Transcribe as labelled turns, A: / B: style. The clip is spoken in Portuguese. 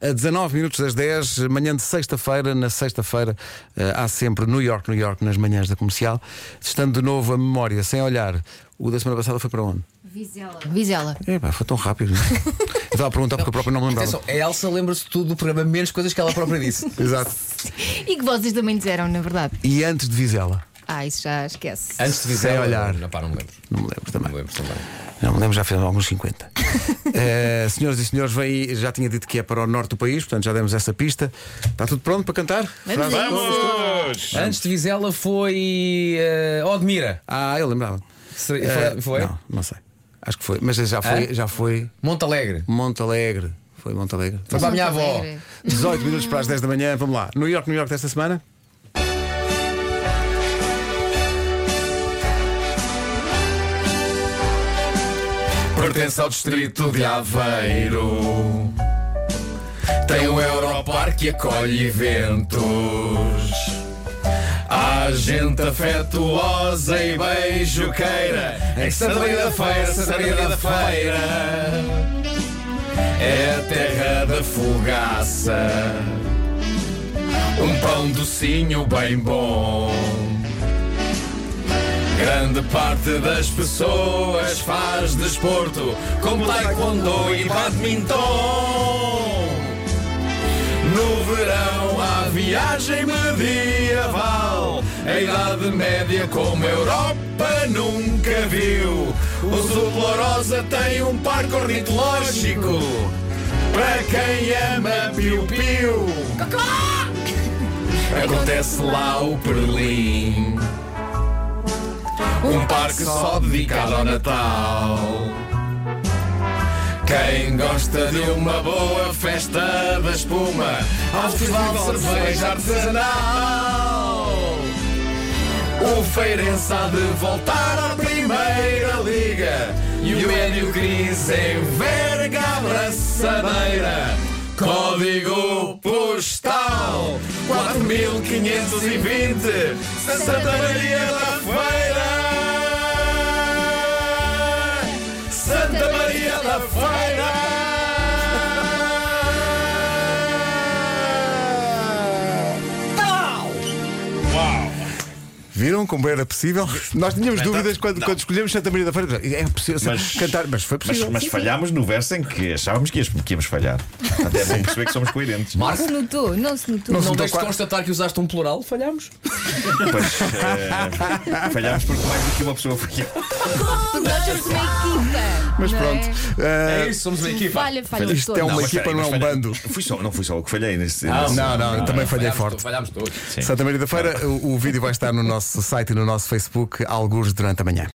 A: A 19 minutos das 10, manhã de sexta-feira, na sexta-feira eh, há sempre New York, New York nas manhãs da comercial. Estando de novo a memória, sem olhar, o da semana passada foi para onde?
B: Vizela.
C: Vizela.
A: É, pá, foi tão rápido. não é? Eu estava a perguntar porque eu próprio não me lembrava.
D: Atenção, a Elsa lembra-se de tudo do programa, menos coisas que ela própria disse.
A: Exato.
C: E que vocês também disseram, na verdade.
A: E antes de Vizela?
C: Ah, isso já esquece.
D: Antes de dizer.
A: Sem olhar.
D: Não, pá, não me lembro.
A: Não me lembro
D: Não
A: também.
D: me lembro também.
A: Não me lembro, já fez alguns 50. Eh, senhoras e senhores, vem aí, já tinha dito que é para o norte do país, portanto já demos essa pista. Está tudo pronto para cantar?
C: Vamos a isso.
E: Vamos!
D: Antes de Vizela foi. eh, Odmira.
A: Ah, eu lembrava.
D: Foi?
A: Eh,
D: foi? É?
A: Não, não sei. Acho que foi. Mas já foi,
D: Hã?
A: já foi
D: Monte Alegre.
A: Monte Alegre. Foi Monte Alegre.
D: Foi para a minha avó.
C: Alegre.
A: 18 minutos para as 10 da manhã, vamos lá. New York, New York desta semana.
D: Pertence ao distrito de Aveiro. Tem o Europarque que acolhe eventos. Há gente afetuosa e beijoqueira. Em Santa Maria da Feira, Santa Maria da Feira. É a terra da fogaça. Um pão docinho bem bom. Grande parte das pessoas faz desporto, como taekwondo e badminton. No verão há viagem medieval, a Idade Média como a Europa nunca viu. O Sul Dolorosa tem um parque ornitológico, para quem ama piu-piu. Acontece lá o Berlim. Um parque só dedicado ao Natal. Quem gosta de uma boa festa da espuma, ao Festival de Cerveja Artesanal. O Feirense há de voltar à Primeira Liga e o Enio Cris enverga a braçadeira. Código postal 4520 Santa Maria da Feira Santa Maria da Feira
E: Uau!
A: Viram como era possível? Nós tínhamos dúvidas quando, quando escolhemos Santa Maria da Feira. É possível
E: tá- Mas-
A: cantar, mas foi
E: Mas,
A: possível.
E: mas falhámos no verso em que achávamos que, íamos- que íamos falhar. Até é bom perceber que somos coerentes.
C: Não se notou, não se notou.
A: Não deixes de
D: constatar que usaste um plural, falhamos.
E: Pois, eh, falhámos porque mais do que uma pessoa falhou.
C: Porque nós somos uma equipa.
A: Mas
C: não é?
A: pronto. eh,
D: isso, somos uma
C: Falha, falha
A: Isto
C: todos.
A: é uma
E: mas
A: equipa,
E: falhei,
A: não é
E: mas
A: um
E: falhei.
A: bando. Ah,
E: Fui só, não fui só eu que falhei nesse.
D: Não,
E: nesse-
A: não, não, eu também falhei
D: Falhámos
A: forte.
D: todos, Falhámos todos.
E: Sim.
A: Santa Maria da Feira, o, o vídeo vai estar no nosso site e no nosso Facebook, alguns durante a manhã.